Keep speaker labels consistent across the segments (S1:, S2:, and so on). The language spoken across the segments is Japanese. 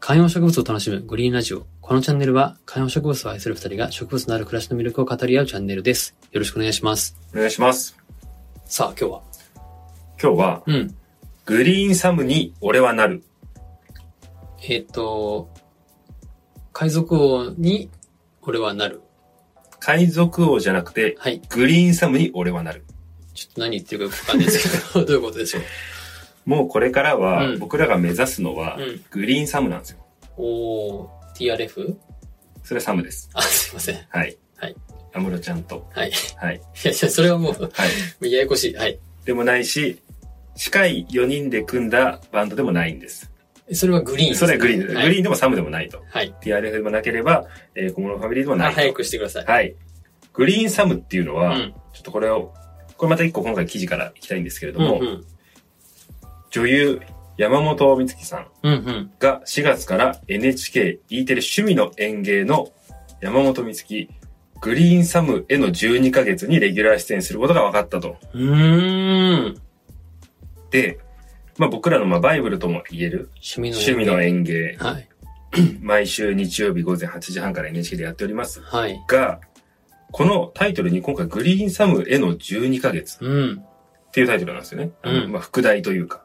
S1: 観葉植物を楽しむグリーンラジオ。このチャンネルは観葉植物を愛する二人が植物のある暮らしの魅力を語り合うチャンネルです。よろしくお願いします。
S2: お願いします。
S1: さあ、今日は。
S2: 今日は、
S1: うん。
S2: グリーンサムに俺はなる。
S1: えっ、と、海賊王に俺はなる。
S2: 海賊王じゃなくて、
S1: はい。
S2: グリーンサムに俺はなる。
S1: ちょっと何言ってるかよくわかんないですけ ど、どういうことでしょう。
S2: もうこれからは、
S1: うん
S2: 僕らが目指すのは、
S1: うん。
S2: グリーンサムなんですよ。
S1: おー、TRF?
S2: それはサムです。
S1: あ、すいません。
S2: はい。
S1: はい。
S2: 安室ちゃんと。
S1: はい。い
S2: はい。
S1: やいや、それはもう、
S2: はい。
S1: ややこしい。はい。
S2: でもないし、近い4人で組んだバンドでもないんです。
S1: それはグリーンです
S2: そ
S1: ね、
S2: れはグリーンです。
S1: はい、
S2: グリーンでもサムでもないと。
S1: はい。
S2: TRF でもなければ、えー、小室ファミリーでもな
S1: あ、
S2: いと。
S1: 早くしてください。
S2: はい。グリーンサムっていうのは、
S1: うん
S2: ちょっとこれを、これまた一個今回記事からいきたいんですけれど
S1: うん
S2: も、
S1: うん。
S2: 女優山本美月さん
S1: うんうん。
S2: が4月から NHKE テレ趣味の園芸の山本美月グリーンサムへの12ヶ月にレギュラー出演することが分かったと。
S1: うーん。
S2: で、まあ僕らのまあバイブルとも言える
S1: 趣味の
S2: 趣味の園芸、
S1: はい。
S2: 毎週日曜日午前8時半から NHK でやっております
S1: はい。
S2: が、このタイトルに今回グリーンサムへの12ヶ月
S1: うん。
S2: っていうタイトルなんですよね。あの
S1: うん
S2: まあ副題というか。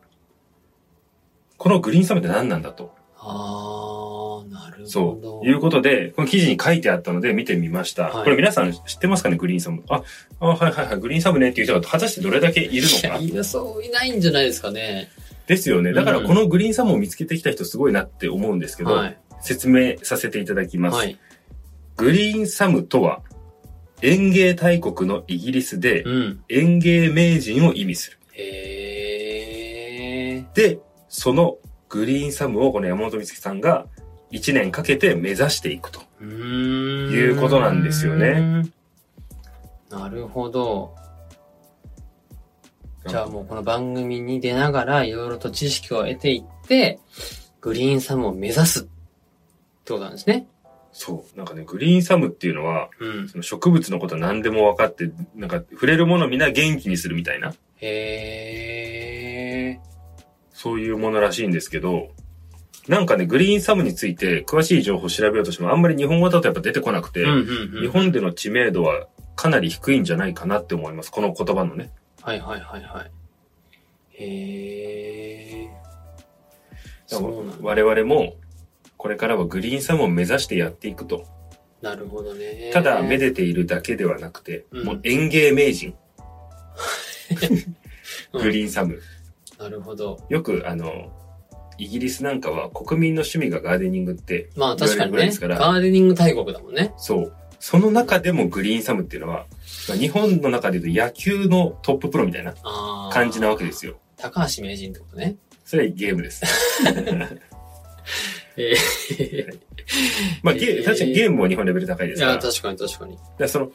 S2: このグリーンサムって何なんだと。
S1: あー、なるほど。
S2: そう。いうことで、この記事に書いてあったので見てみました。
S1: はい
S2: これ皆さん知ってますかね、グリーンサム。あ、あはいはいはい、グリーンサムねっていう人が果たしてどれだけいるのか
S1: い
S2: な。
S1: やいや、そういないんじゃないですかね。
S2: ですよね。だから
S1: うん
S2: このグリーンサムを見つけてきた人すごいなって思うんですけど、
S1: はい。
S2: 説明させていただきます。
S1: はい。
S2: グリーンサムとは、園芸大国のイギリスで
S1: うん。
S2: 園芸名人を意味する。
S1: へー。
S2: で、そのグリーンサムをこの山本美月さんが1年かけて目指していくと。
S1: うーん。
S2: いうことなんですよね。
S1: なるほど。じゃあもうこの番組に出ながらいろいろと知識を得ていって、グリーンサムを目指すってことなんですね。
S2: そう。なんかね、グリーンサムっていうのは、
S1: うん。
S2: その植物のこと何でも分かって、なんか触れるものみんな元気にするみたいな、
S1: へ
S2: そういうものらしいんですけど、なんかね、グリーンサムについて詳しい情報を調べようとしても、あんまり日本語だとやっぱ出てこなくて、
S1: ー。うんうんうん。
S2: 日本での知名度はかなり低いんじゃないかなって思います。この言葉のね。
S1: はいはいはいはい。へえ。
S2: だか
S1: そ
S2: ら
S1: うなんだ。
S2: 我々も、これからはグリーンサムを目指してやっていくと。
S1: なるほどね。
S2: ただ、めでているだけではなくて、
S1: うん
S2: もう園芸名人、
S1: うん
S2: グリーンサム。
S1: なるほど。
S2: よくあのイギリスなんかは国民の趣味がガーデニングって
S1: まあ確かに
S2: ぐらい
S1: ね。
S2: ですから
S1: ガーデニング大国だもんね。
S2: そうその中でもグリーンサムっていうのはまあ日本の中で言うと野球のトッププロみたいな
S1: ああ。
S2: 感じなわけですよ
S1: 高橋名人ってことね。
S2: それはゲームです
S1: ええ。
S2: まあゲー
S1: えー
S2: 確かにゲームも日本レベル高いで
S1: い
S2: すから
S1: や、
S2: だか
S1: 確かに確かに。
S2: らその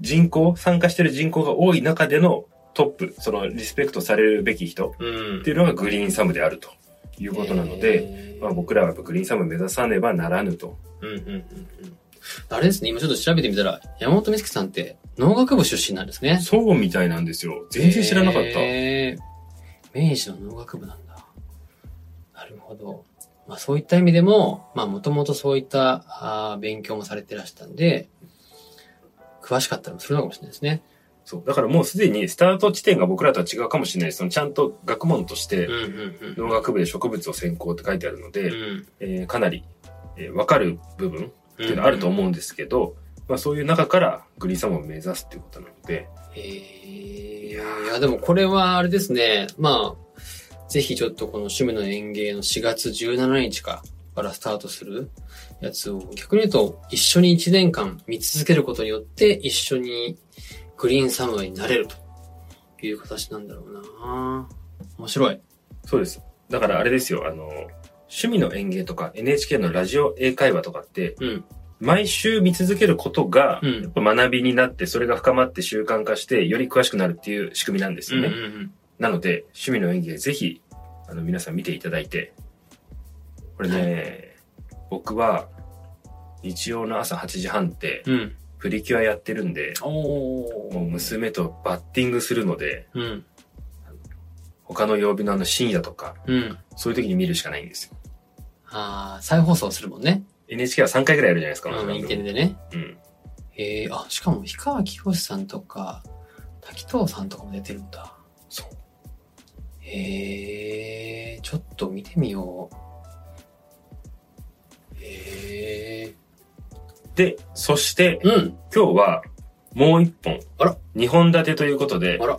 S2: 人口参加してる人口が多い中でのトップそのリスペクトされるべき人
S1: うん。
S2: っていうのがグリーンサムであるということなので、
S1: えー
S2: まあ、僕らはやっぱグリーンサムを目指さねばならぬと
S1: うんうんうんうん。あれですね、今ちょっと調べてみたら、山本美月さんって農学部出身なんですね。
S2: そうみたいなんですよ全然知らなかった、
S1: えー明治の農学部なんだ。なるほど。まあそういった意味でも、まあもともとそういったあー勉強もされてらしたんで、詳しかったりもするのかもしれないですね。
S2: そう。だからもうすでにスタート地点が僕らとは違うかもしれないです。そのちゃんと学問とし
S1: うん、う
S2: て
S1: ん
S2: 農学部で植物を専攻って書いてあるの
S1: う
S2: で、
S1: ん。うん
S2: えーかなり、えーわかる部分っていうのはあると
S1: うん。
S2: 思うんですけど、まあそういう中からグリーンサムを目指すっていうことなので、
S1: えー、いや、でもこれはあれですね、まあ、ぜひちょっとこの趣味の園芸の4月17日かからスタートするやつを逆に言うと一緒に1年間見続けることによって一緒にグリーンサムになれるという形なんだろうな面白い。
S2: そうです。だからあれですよ、あの、趣味の園芸とか NHK のラジオ英会話とかって、
S1: うん。
S2: 毎週見続けることが
S1: う、ん。
S2: やっぱ学びになって、それが深まって習慣化して、より詳しくなるっていう仕組みなんです
S1: うん
S2: よ
S1: うん
S2: ね。
S1: うん。
S2: なので、趣味の演芸、ぜひ、あの、皆さん見ていただいて。これね、僕は、日曜の朝8時半って、
S1: うん。
S2: プリキュアやってるんで、
S1: お
S2: もう娘とバッティングするので、
S1: うん。
S2: 他の曜日のあの深夜とか、
S1: うん。
S2: そういう時に見るしかないんですよ。
S1: あああ、再放送するもんね。
S2: NHK は3回ぐらいやるじゃないですか、
S1: うん、
S2: 同じ
S1: インテ
S2: 番
S1: リでね。
S2: 組うん。
S1: へえ、あ、しかも、氷川きよしさんとか、滝藤さんとかも出てるんだ。
S2: そう。
S1: へえ、ちょっと見てみよう。へえ、
S2: で、そして、
S1: うん、
S2: 今日は、もう一本。
S1: あら
S2: 二本立てということで
S1: あ、ら、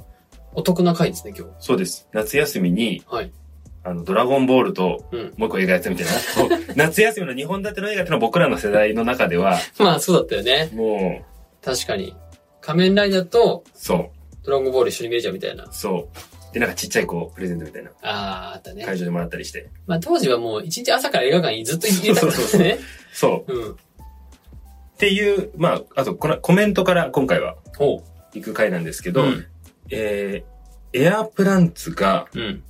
S1: お得な回ですね、今
S2: そうです。夏休みに、
S1: 日。はい。
S2: あの、ドラゴンボールと、
S1: うん
S2: もう一個映画やってみたいな。こう 夏休みの二本立ての映画ってのは僕らの世代の中 では、
S1: まあ、そうだったよね。
S2: もう、
S1: 確かに。仮面ライダーと
S2: そ
S1: ドラゴンボール一緒に見れちゃうみたいな。
S2: う、そう。で、なんかちっちゃいこう、プレゼントみたいな、
S1: ああ、あったね。
S2: 会場でもらったりして。
S1: まあ、当時はもう、一日朝から映画館にずっと行ってたから
S2: そうそうそ
S1: ね。
S2: そう。
S1: うん。
S2: っていう、まあ、あと、このコメントから今回は
S1: ほ
S2: 行く回なんですけ
S1: う。
S2: ど、
S1: うん。
S2: えー、エアプランツが、
S1: うん。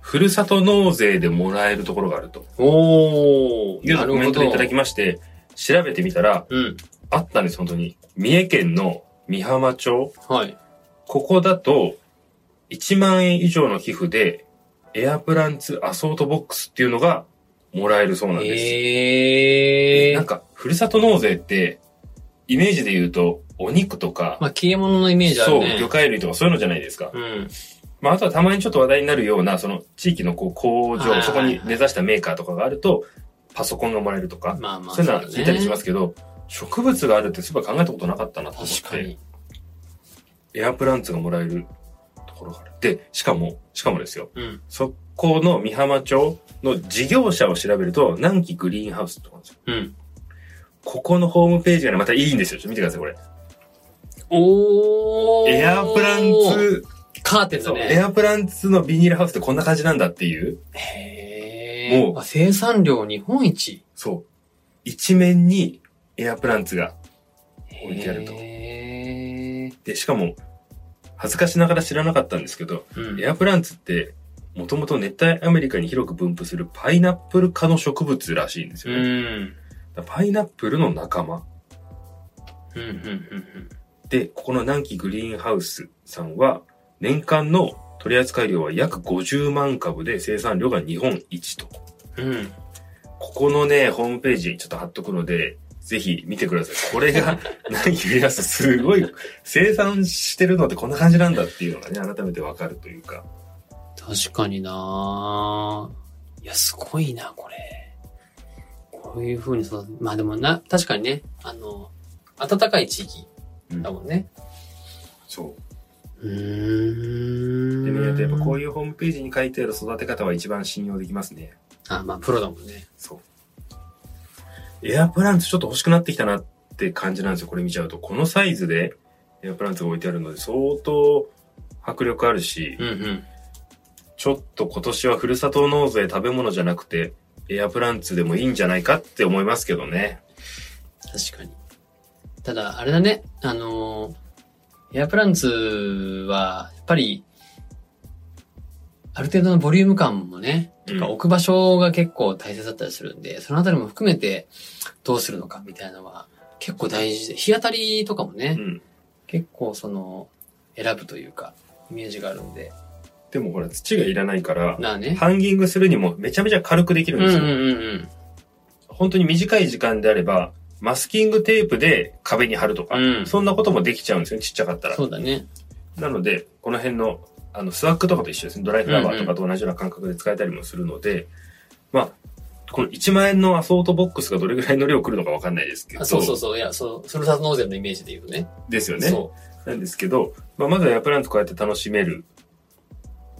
S2: ふるさと納税でもらえるところがあると
S1: お
S2: いう
S1: ー。な
S2: コ
S1: る
S2: メ
S1: ほ
S2: ント
S1: ど。
S2: でいただきまして、調べてみたら、
S1: うん。
S2: あったんです、本当に。三重県の三浜町、
S1: はい。
S2: ここだと、1万円以上の寄付で、エアプランツアソートボックスっていうのがもらえるそうなんです。
S1: へえ
S2: なん
S1: ー。
S2: か、ふるさと納税って、イメージで言うと、お肉とか、
S1: まあ、消え物のイメージある
S2: そう、
S1: ね。
S2: 魚介類とかそういうのじゃないですか。
S1: う。ん。
S2: まあ、あとはたまにちょっと話題になるような、その地域のこう工
S1: はいはいは
S2: 場、
S1: い
S2: そこに根ざしたメーカーとかがあると、パソコンがもらえるとか、
S1: まあまあ。
S2: そういうのは聞いたりしますすけど、植物があるってすごい考えたことなかったなと思っ
S1: 確か
S2: て、
S1: に。
S2: エアプランツがもらえるところがある。で、しかも、しかもですよ、
S1: うん。
S2: そこの美浜町の事業者を調べると、南紀グリーンハウスってとこなんですよ。
S1: うん。
S2: ここのホームページがね、またいいんですよ。ちょっと見てください、これ。
S1: おー。
S2: エアプランツ、
S1: カーテンだ
S2: そう、
S1: ね。
S2: エアプランツのビニールハウスってこんな感じなんだっていう。
S1: へえ。
S2: もう
S1: あ生産量日本一。
S2: そう。一面にエアプランツが。置いてあると
S1: へえ。
S2: で、しかも、恥ずかしながら知らなかったんですけど、
S1: うん
S2: エアプランツって、もともと熱帯アメリカに広く分布するパイナップル科の植物らしいんです
S1: う
S2: よ
S1: ん。
S2: ね。
S1: うん。
S2: だからパイナップルの仲間。
S1: うん。うん。
S2: で、ここの南紀グリーンハウスさんは、年間の取扱量は約50万株で生産量が日本一と。
S1: うん。うん
S2: ここのね、ホームページちょっと貼っとくので、ぜひ見てください。これが、何よりやすすごい、生産してるのってこんな感じなんだっていうのがね、改めてわかるというか。
S1: 確かになぁいや、すごいな、これ。こういう風に育て、まあでもな、確かにね、あの、暖かい地域
S2: うん
S1: だもんね。
S2: そうう。
S1: ーん。
S2: でね、やっぱこう
S1: いう。
S2: いうホームページに書いてある育て方は一番信用できますね。
S1: あ、まあプロだもんね。
S2: そう。エアプランツちょっと欲しくなってきたなって感じなんですよ。これ見ちゃうと。このサイズでエアプランツが置いてあるので、相当迫力あるし、
S1: うんうん。
S2: ちょっと今年はふるさと納税食べ物じゃなくて、エアプランツでもいいんじゃないかって思いますけどね。
S1: 確かに。ただ、あれだね、あのーエアプランツは、やっぱり、ある程度のボリューム感もね、
S2: うん
S1: 置く場所が結構大切だったりするんで、そのあたりも含めてどうするのかみたいなのは結構大事で、日当たりとかもね、
S2: うん。
S1: 結構その、選ぶというか、イメージがあるんで。
S2: でもほら、土がいらないから、
S1: なあね。
S2: ハンギングするにもめちゃめちゃ軽くでき
S1: う
S2: る
S1: ん
S2: ん
S1: う
S2: で
S1: ん
S2: すよ。
S1: うん
S2: 本当に短い時間であれば、マスキングテープで壁に貼るとか、
S1: うん
S2: そんなこともできちゃうんですよね、ちっちゃかった
S1: うん。
S2: ら。
S1: そうだね。
S2: なので、この辺の、あの、スワックとかと一緒ですね。ドライフラワーとかと同じような感覚で使えたりもするので、まあ、この1万円のアソートボックスがどれぐらいの量来るのかわかんないですけど。
S1: あそうそうそう。いや、そう、ふるさと納税のイメージで言うとね。
S2: ですよね。
S1: そ
S2: なんですけど、まあ、まずはエアプランツこうやって楽しめる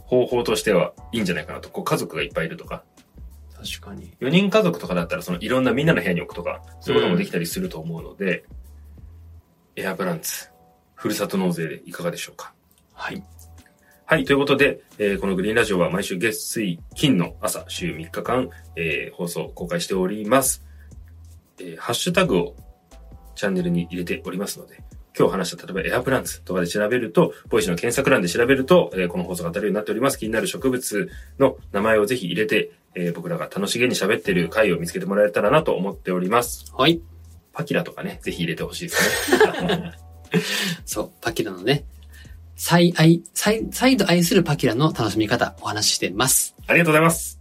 S2: 方法としてはいいんじゃないかなと。こう家族がいっぱいいるとか、
S1: う。確かに。
S2: 4人家族とかだったらそのいろんなみんなの部屋に置くとか、そういうこともできたりすると思うので、エアプランツ、ふるさと納税でいかがでしょうか。
S1: はい。
S2: はい、ということで、えーこのグリーンラジオは毎週月水金の朝、週3日間、えー放送公開しております、えーハッシュタグをチャンネルに入れておりますので、今日話した例えばエアプランツとかで調べると、ボイシーの検索欄で調べると、えーこの放送が当たるようになっております。気になる植物の名前をぜひ入れて、えー僕らが楽しげに喋ってる回を見つけてもらえたらなと思っております。
S1: はい。
S2: パキラとかね、ぜひ入れてほしいですね。
S1: そう、パキラのね、再愛、再、再度愛するパキラの楽しみ方、お話ししてます。
S2: ありがとうございます。